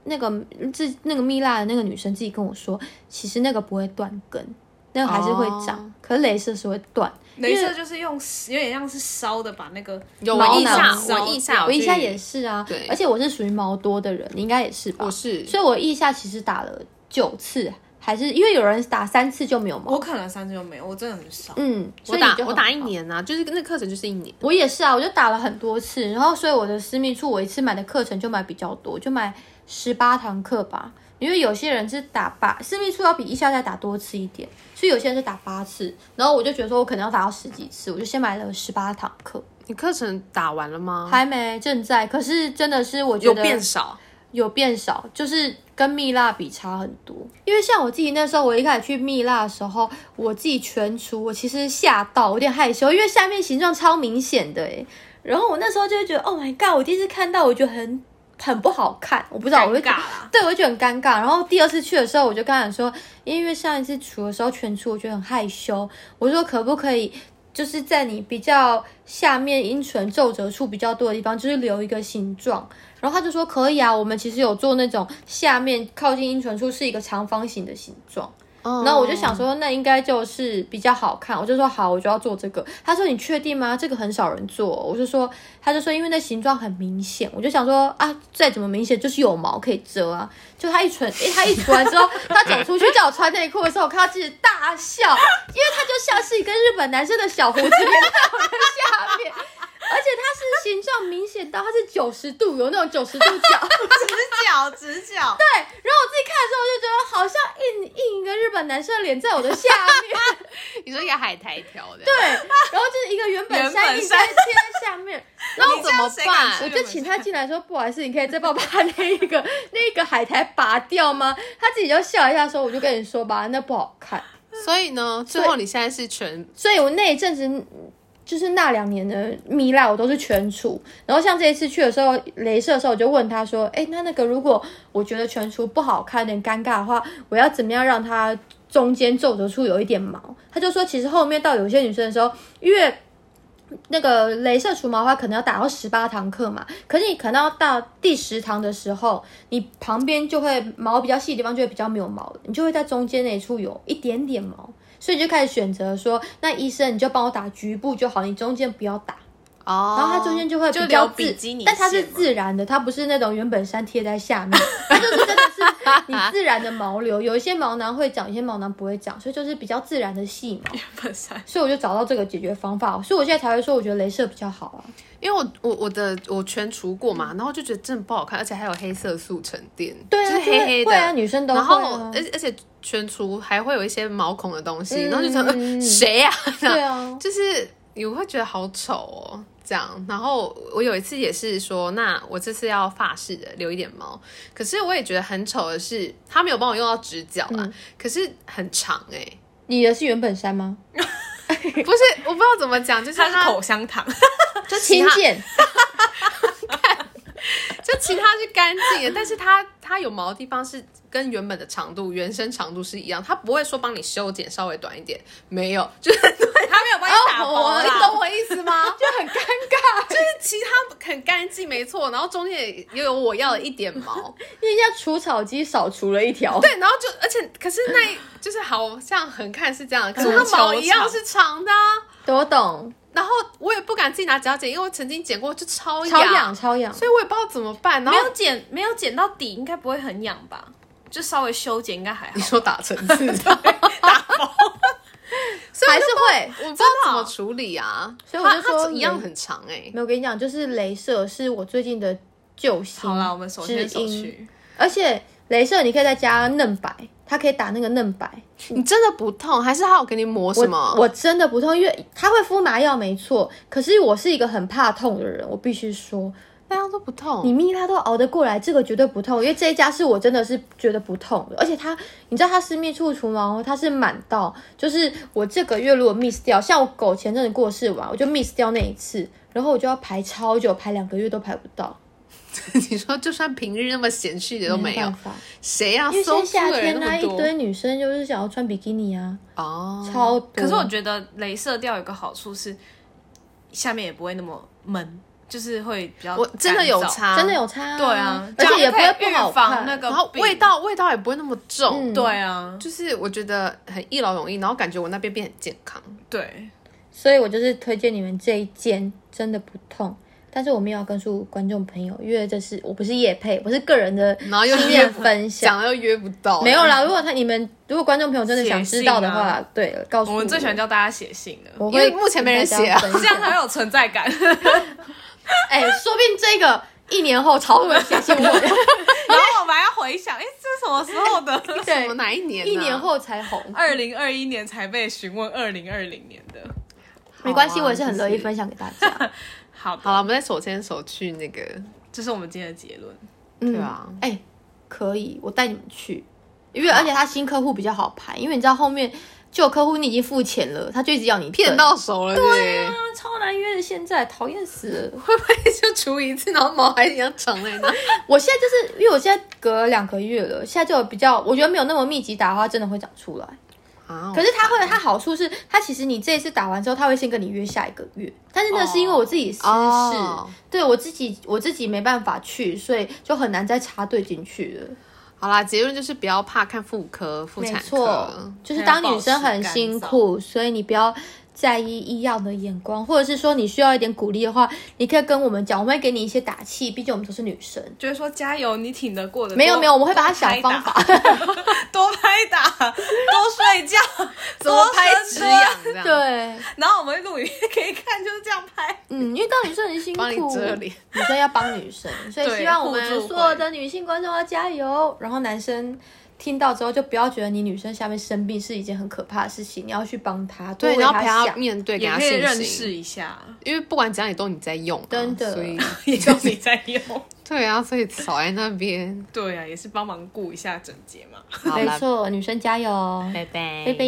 [SPEAKER 2] 那个自那个蜜蜡的那个女生自己跟我说，其实那个不会断根，那个还是会长，
[SPEAKER 3] 哦
[SPEAKER 2] 可是镭射是会断。
[SPEAKER 1] 镭射就是用有点像是烧的，把那个
[SPEAKER 3] 有
[SPEAKER 2] 毛
[SPEAKER 3] 我腋
[SPEAKER 2] 囊
[SPEAKER 3] 下，
[SPEAKER 1] 烧
[SPEAKER 3] 我腋下，
[SPEAKER 2] 我腋下也，是啊，
[SPEAKER 3] 对
[SPEAKER 2] 而且我是属于毛多的人，你应该也是吧？
[SPEAKER 3] 我是
[SPEAKER 2] 所以我腋下其实打了九次，还是因为有人打三次就没有毛。
[SPEAKER 1] 我可能三次就没有，我真的很少。
[SPEAKER 2] 嗯，所
[SPEAKER 3] 我
[SPEAKER 2] 以你
[SPEAKER 3] 打
[SPEAKER 2] 就
[SPEAKER 3] 我
[SPEAKER 2] 很
[SPEAKER 3] 打一
[SPEAKER 2] 好
[SPEAKER 3] 年啊，就是那课程就是一年，
[SPEAKER 2] 我也是啊，我就打了很多次，然后所以我的私密处我一次买的课程就买比较多，就买十八堂课吧，因为有些人是打八私密处要比一下再打多次一点，所以有些人是打八次，然后我就觉得说我可能要打到十几次，我就先买了十八堂课，
[SPEAKER 3] 你课程打完了吗？
[SPEAKER 2] 还没正在，可是真的是我觉
[SPEAKER 3] 有
[SPEAKER 2] 得
[SPEAKER 3] 变少，
[SPEAKER 2] 有变少，就是跟蜜蜡比差很多。因为像我自己那时候，我一开始去蜜蜡的时候，我自己全除，我其实吓到，我有点害羞，因为下面形状超明显的诶。然后我那时候就会觉得，Oh my god！我第一次看到，我觉得很很不好看，我不知道，我
[SPEAKER 1] 尴
[SPEAKER 2] 会
[SPEAKER 1] 尬啦，
[SPEAKER 2] 对，我就觉得很尴尬。然后第二次去的时候，我就跟他讲说，因为上一次除的时候全除，我觉得很害羞，我说可不可以？就是在你比较下面阴唇皱褶处比较多的地方，就是留一个形状。然后他就说可以啊，我们其实有做那种下面靠近阴唇处是一个长方形的形状。
[SPEAKER 3] 哦
[SPEAKER 2] 然后我就想说，那应该就是比较好看。我就说好，我就要做这个。他说你确定吗？这个很少人做。我就说，他就说因为那形状很明显。我就想说啊，再怎么明显就是有毛可以遮啊。就他一唇，诶，他一涂完之后，他走出去叫我穿内裤的时候，我看到自己大笑，因为他就像是一个日本男生的小胡子粘在我的下面。而且它是形状明显到它是九十度，有那种九十度角， [LAUGHS]
[SPEAKER 4] 直角直角，
[SPEAKER 1] [LAUGHS]
[SPEAKER 2] 对，然后我自己看的时候，我就觉得好像印印一个日本男生的脸在我的下面，
[SPEAKER 3] 你说一个海苔条的，
[SPEAKER 2] 对，然后就是一个原本山哎印在贴在下 [LAUGHS] 面，然后
[SPEAKER 3] 那怎么
[SPEAKER 4] 这样谁敢
[SPEAKER 3] 办
[SPEAKER 4] 吃？
[SPEAKER 2] 我就请他进来说，不好意思，你可以再帮我把那一个那个海苔拔掉吗？他自己就笑一下说，我就跟你说吧，那不好看。
[SPEAKER 3] 所以呢，最后你现在是全
[SPEAKER 2] 所以我那一阵子嗯就是那两年的蜜蜡，我都是全除。然后像这一次去的时候，镭射的时候，我就问他说：“哎，那那个如果我觉得全除不好看，有点尴尬的话，我要怎么样让它中间皱褶处有一点毛？”他就说：“其实后面到有些女生的时候，因为。”那个镭射除毛的话，可能要打到十八堂课嘛。可是你可能要到第十堂的时候，你旁边就会毛比较细的地方就会比较没有毛了，你就会在中间那一处有一点点毛，所以就开始选择说，那医生你就帮我打局部就好，你中间不要打。
[SPEAKER 3] 哦，
[SPEAKER 2] 然后它中间就会
[SPEAKER 1] 就
[SPEAKER 2] 比较
[SPEAKER 1] 留比
[SPEAKER 2] 自
[SPEAKER 1] 基尼
[SPEAKER 2] 但它是
[SPEAKER 1] 线嘛
[SPEAKER 2] 自然的，它不是那种原本山贴在下
[SPEAKER 3] [LAUGHS]
[SPEAKER 2] 面，它就是真的是你自然的毛流。有一些毛囊会长，有一些毛囊不会长，所以就是比较自然的细
[SPEAKER 3] [LAUGHS]
[SPEAKER 2] 毛。
[SPEAKER 1] 本身
[SPEAKER 2] 所以我就找到这个解决方法，所以我现在才会说，我觉得镭射比较好啊。
[SPEAKER 3] 因为我我我的我全除过嘛，然后就觉得真的不好看，而且还有黑色素沉淀，
[SPEAKER 2] 对啊，
[SPEAKER 3] 就是黑黑
[SPEAKER 2] 会
[SPEAKER 3] 的，
[SPEAKER 2] 会啊，女生都会、
[SPEAKER 3] 然
[SPEAKER 2] 啊。
[SPEAKER 3] 后而呃而且全除还会有一些毛孔的东西，
[SPEAKER 2] 嗯
[SPEAKER 3] 然后就想
[SPEAKER 2] 嗯
[SPEAKER 3] 呃谁呀、
[SPEAKER 2] 对啊，
[SPEAKER 3] [LAUGHS] 就是你会觉得好丑哦，这样。然后我有一次也是说，那我这次要发式的留一点毛，可是我也觉得很丑的是，他没有帮我用到直角啊，
[SPEAKER 2] 嗯
[SPEAKER 3] 可是很长哎、
[SPEAKER 2] 你的是原本山吗？
[SPEAKER 3] 不是我不知道怎么讲，就是
[SPEAKER 1] 它
[SPEAKER 3] 它
[SPEAKER 1] 是口香糖，
[SPEAKER 3] 就其
[SPEAKER 2] 轻
[SPEAKER 3] 他
[SPEAKER 2] 剑，
[SPEAKER 3] 就 [LAUGHS] 其他是干净的，但是它它有毛的地方是跟原本的长度、原生长度是一样，它不会说帮你修剪稍微短一点，没有，就是
[SPEAKER 1] 它没有帮你打薄
[SPEAKER 3] 你
[SPEAKER 1] 啦。
[SPEAKER 3] 懂啊我意思吗？
[SPEAKER 2] 就很尴尬。 [LAUGHS]
[SPEAKER 3] 就是 [LAUGHS] 其他很干净，没错，然后中间也也有我要的一点毛，
[SPEAKER 2] 因为像除草机少除了一条，
[SPEAKER 3] [LAUGHS] 对，然后就而且可是那一就是好像很看是这样，可是它
[SPEAKER 1] 足球
[SPEAKER 3] 毛一样
[SPEAKER 1] 场
[SPEAKER 3] 是长的、啊，
[SPEAKER 2] 对，我懂，
[SPEAKER 3] 然后我也不敢自己拿指甲剪，因为我曾经剪过，就超
[SPEAKER 2] 超痒，超痒。
[SPEAKER 3] 所以我也不知道怎么办，然
[SPEAKER 1] 没
[SPEAKER 3] 后
[SPEAKER 1] 有剪，没有剪到底，应该不会很痒吧？就稍微修剪应该还好
[SPEAKER 3] 你。说打成字，打毛， [LAUGHS] 所以
[SPEAKER 2] 还
[SPEAKER 3] 我
[SPEAKER 2] 是
[SPEAKER 3] 就
[SPEAKER 2] 会。
[SPEAKER 3] 我不知道怎么处理啊，
[SPEAKER 2] 哦所以我就
[SPEAKER 3] 它
[SPEAKER 2] 说
[SPEAKER 3] 它一样
[SPEAKER 2] 你
[SPEAKER 3] 很长哎、
[SPEAKER 2] 没有，我跟你讲，就是镭射是我最近的救星。
[SPEAKER 1] 好啦，我们首先手续，
[SPEAKER 2] 而且镭射你可以再加嫩白，它可以打那个嫩白。
[SPEAKER 3] 你真的不痛，还是他有给你抹什么？
[SPEAKER 2] 我真的不痛，因为它会敷麻药没错，可是我是一个很怕痛的人，我必须说，
[SPEAKER 3] 那样都不
[SPEAKER 2] 你
[SPEAKER 3] 痛，
[SPEAKER 2] 蜜蜡都熬得过来，这个绝对不痛，因为这一家是我真的是觉得不痛的，而且它，你知道它私密处除毛，它是满到，就是我这个月如果 miss 掉，像我狗前阵子过世完，我就 miss 掉那一次，然后我就要排超久，排两个月都排不到，
[SPEAKER 3] [LAUGHS] 你说就算平日那么闲去的都没有
[SPEAKER 2] 办，法，
[SPEAKER 3] 谁啊？
[SPEAKER 2] 因为现在
[SPEAKER 3] 松
[SPEAKER 2] 夏
[SPEAKER 3] 树的
[SPEAKER 2] 天
[SPEAKER 3] 人
[SPEAKER 2] 呢、
[SPEAKER 3] 那么
[SPEAKER 2] 一堆
[SPEAKER 3] 多
[SPEAKER 2] 女生就是想要穿比基尼啊，
[SPEAKER 3] 哦，
[SPEAKER 2] 超多。
[SPEAKER 1] 嗯可是我觉得镭射掉有个好处是，下面也不会那么闷，就是会比较
[SPEAKER 3] 我真的有
[SPEAKER 1] 干燥。
[SPEAKER 3] 擦，
[SPEAKER 2] 真的。有差、
[SPEAKER 1] 对啊，
[SPEAKER 2] 而且也不
[SPEAKER 1] 这
[SPEAKER 2] 会
[SPEAKER 1] 样可以
[SPEAKER 2] 不好
[SPEAKER 1] 预防
[SPEAKER 2] 看。
[SPEAKER 1] 那个
[SPEAKER 3] 然后
[SPEAKER 1] 病
[SPEAKER 3] 味。道味道也不会那么重，
[SPEAKER 2] 嗯
[SPEAKER 1] 对啊，
[SPEAKER 3] 就是我觉得很一劳永逸，然后感觉我那边变很健
[SPEAKER 2] [LAUGHS]
[SPEAKER 3] 康。
[SPEAKER 1] 对，
[SPEAKER 2] 所以我就是推荐你们这一间，真的不痛。但是我们要告诉观众朋友，因为这是我不是叶配，我是个人的
[SPEAKER 3] 然后又
[SPEAKER 2] 经
[SPEAKER 3] 约
[SPEAKER 2] 验
[SPEAKER 3] 不
[SPEAKER 2] 分
[SPEAKER 3] 讲
[SPEAKER 2] 享。
[SPEAKER 3] 了又约不到，
[SPEAKER 2] 啊没有啦，如果他你们如果观众朋友真的想知道的话，
[SPEAKER 1] 写信
[SPEAKER 2] 对，告诉
[SPEAKER 1] 我们最喜欢叫大家写信了，
[SPEAKER 2] 我
[SPEAKER 3] 因
[SPEAKER 2] 会
[SPEAKER 3] 为目前没人写啊
[SPEAKER 2] 跟大家分
[SPEAKER 1] 这样
[SPEAKER 2] 享
[SPEAKER 1] 才有存在感。
[SPEAKER 2] 哎、说不定这个一年后超多人写信我
[SPEAKER 3] [LAUGHS]
[SPEAKER 1] 然
[SPEAKER 2] 的，
[SPEAKER 1] 后我们还要回想，哎，这是什么时候的？
[SPEAKER 3] 什么
[SPEAKER 2] [LAUGHS] 对，
[SPEAKER 3] 哪一年啊？
[SPEAKER 2] 一年后才红。
[SPEAKER 1] 二零二一年才被询问，二零二零年的。
[SPEAKER 2] 没关系，
[SPEAKER 3] 好啊
[SPEAKER 2] 我也是很乐意
[SPEAKER 3] 就是
[SPEAKER 2] 分享给大家。
[SPEAKER 1] 好的，
[SPEAKER 3] 好了，我们再手牵手去那个，
[SPEAKER 1] 这是我们今天的结论。
[SPEAKER 2] 嗯
[SPEAKER 3] 对啊
[SPEAKER 2] 哎、可以，我带你们去，因为而且他新客户比较好排，因为你知道后面旧客户你已经付钱了，他就一直要你
[SPEAKER 3] 骗
[SPEAKER 2] 等
[SPEAKER 3] 到手了，对不对，
[SPEAKER 2] 啊超难约的，现在讨厌死了。
[SPEAKER 3] 会不会 [LAUGHS] 就除一次，然后毛还一样长在
[SPEAKER 2] [LAUGHS]
[SPEAKER 3] 那？
[SPEAKER 2] 我现在就是因为我现在隔两个月了，现在就有比较，我觉得没有那么密集打的话，真的会长出来。
[SPEAKER 3] 啊，
[SPEAKER 2] 可是它会，它好处是，它其实你这一次打完之后，它会先跟你约下一个月。但是那是因为我自己私事，
[SPEAKER 3] 哦
[SPEAKER 2] 对我自己我自己没办法去，所以就很难再插队进去了。
[SPEAKER 3] 好啦，结论就是不要怕看妇科、妇
[SPEAKER 2] 没
[SPEAKER 3] 产
[SPEAKER 2] 错
[SPEAKER 3] 科，，
[SPEAKER 2] 就是当女生很辛苦，所以你不要在意异样的眼光，或者是说你需要一点鼓励的话，你可以跟我们讲，我们会给你一些打气，毕竟我们都是女生。
[SPEAKER 1] 就是说加油，你挺得过的。
[SPEAKER 2] 没有
[SPEAKER 1] 多
[SPEAKER 2] 没有，我们会把它想方，法。
[SPEAKER 1] [LAUGHS] 多拍打，多拍打多睡觉，
[SPEAKER 3] 怎么拍止痒这
[SPEAKER 2] [LAUGHS]
[SPEAKER 3] 样？，
[SPEAKER 2] 对，
[SPEAKER 1] 然后我们录影可以看，就是这样
[SPEAKER 2] [LAUGHS]
[SPEAKER 1] 拍。
[SPEAKER 2] 嗯，因为当女生很辛苦，
[SPEAKER 3] 帮你遮脸
[SPEAKER 2] 女生要帮女生，所以
[SPEAKER 1] 对
[SPEAKER 2] 希望我
[SPEAKER 1] 互助
[SPEAKER 2] 们
[SPEAKER 1] 会
[SPEAKER 2] 所有的女性观众要加油。然后男生听到之后，就不要觉得你女生下面生病是一件很可怕的事情，你要去帮她，
[SPEAKER 3] 对，
[SPEAKER 2] 多为
[SPEAKER 3] 然后陪
[SPEAKER 2] 她
[SPEAKER 3] 他
[SPEAKER 2] 想。
[SPEAKER 3] 面对，给
[SPEAKER 1] 也
[SPEAKER 3] 他
[SPEAKER 1] 可以
[SPEAKER 3] 信
[SPEAKER 1] 认识
[SPEAKER 3] 心，
[SPEAKER 1] 一
[SPEAKER 2] [LAUGHS]
[SPEAKER 1] 下，
[SPEAKER 3] 因为不管怎样也都你在用啊，
[SPEAKER 2] 真的
[SPEAKER 3] 所以
[SPEAKER 1] 也就你在用。
[SPEAKER 3] 对啊，所以少在那边，
[SPEAKER 1] 对啊，也是帮忙顾一下整洁嘛。
[SPEAKER 3] 好
[SPEAKER 2] 没
[SPEAKER 3] 啦，
[SPEAKER 2] 错，女生加油，
[SPEAKER 3] 拜拜，
[SPEAKER 2] 拜拜。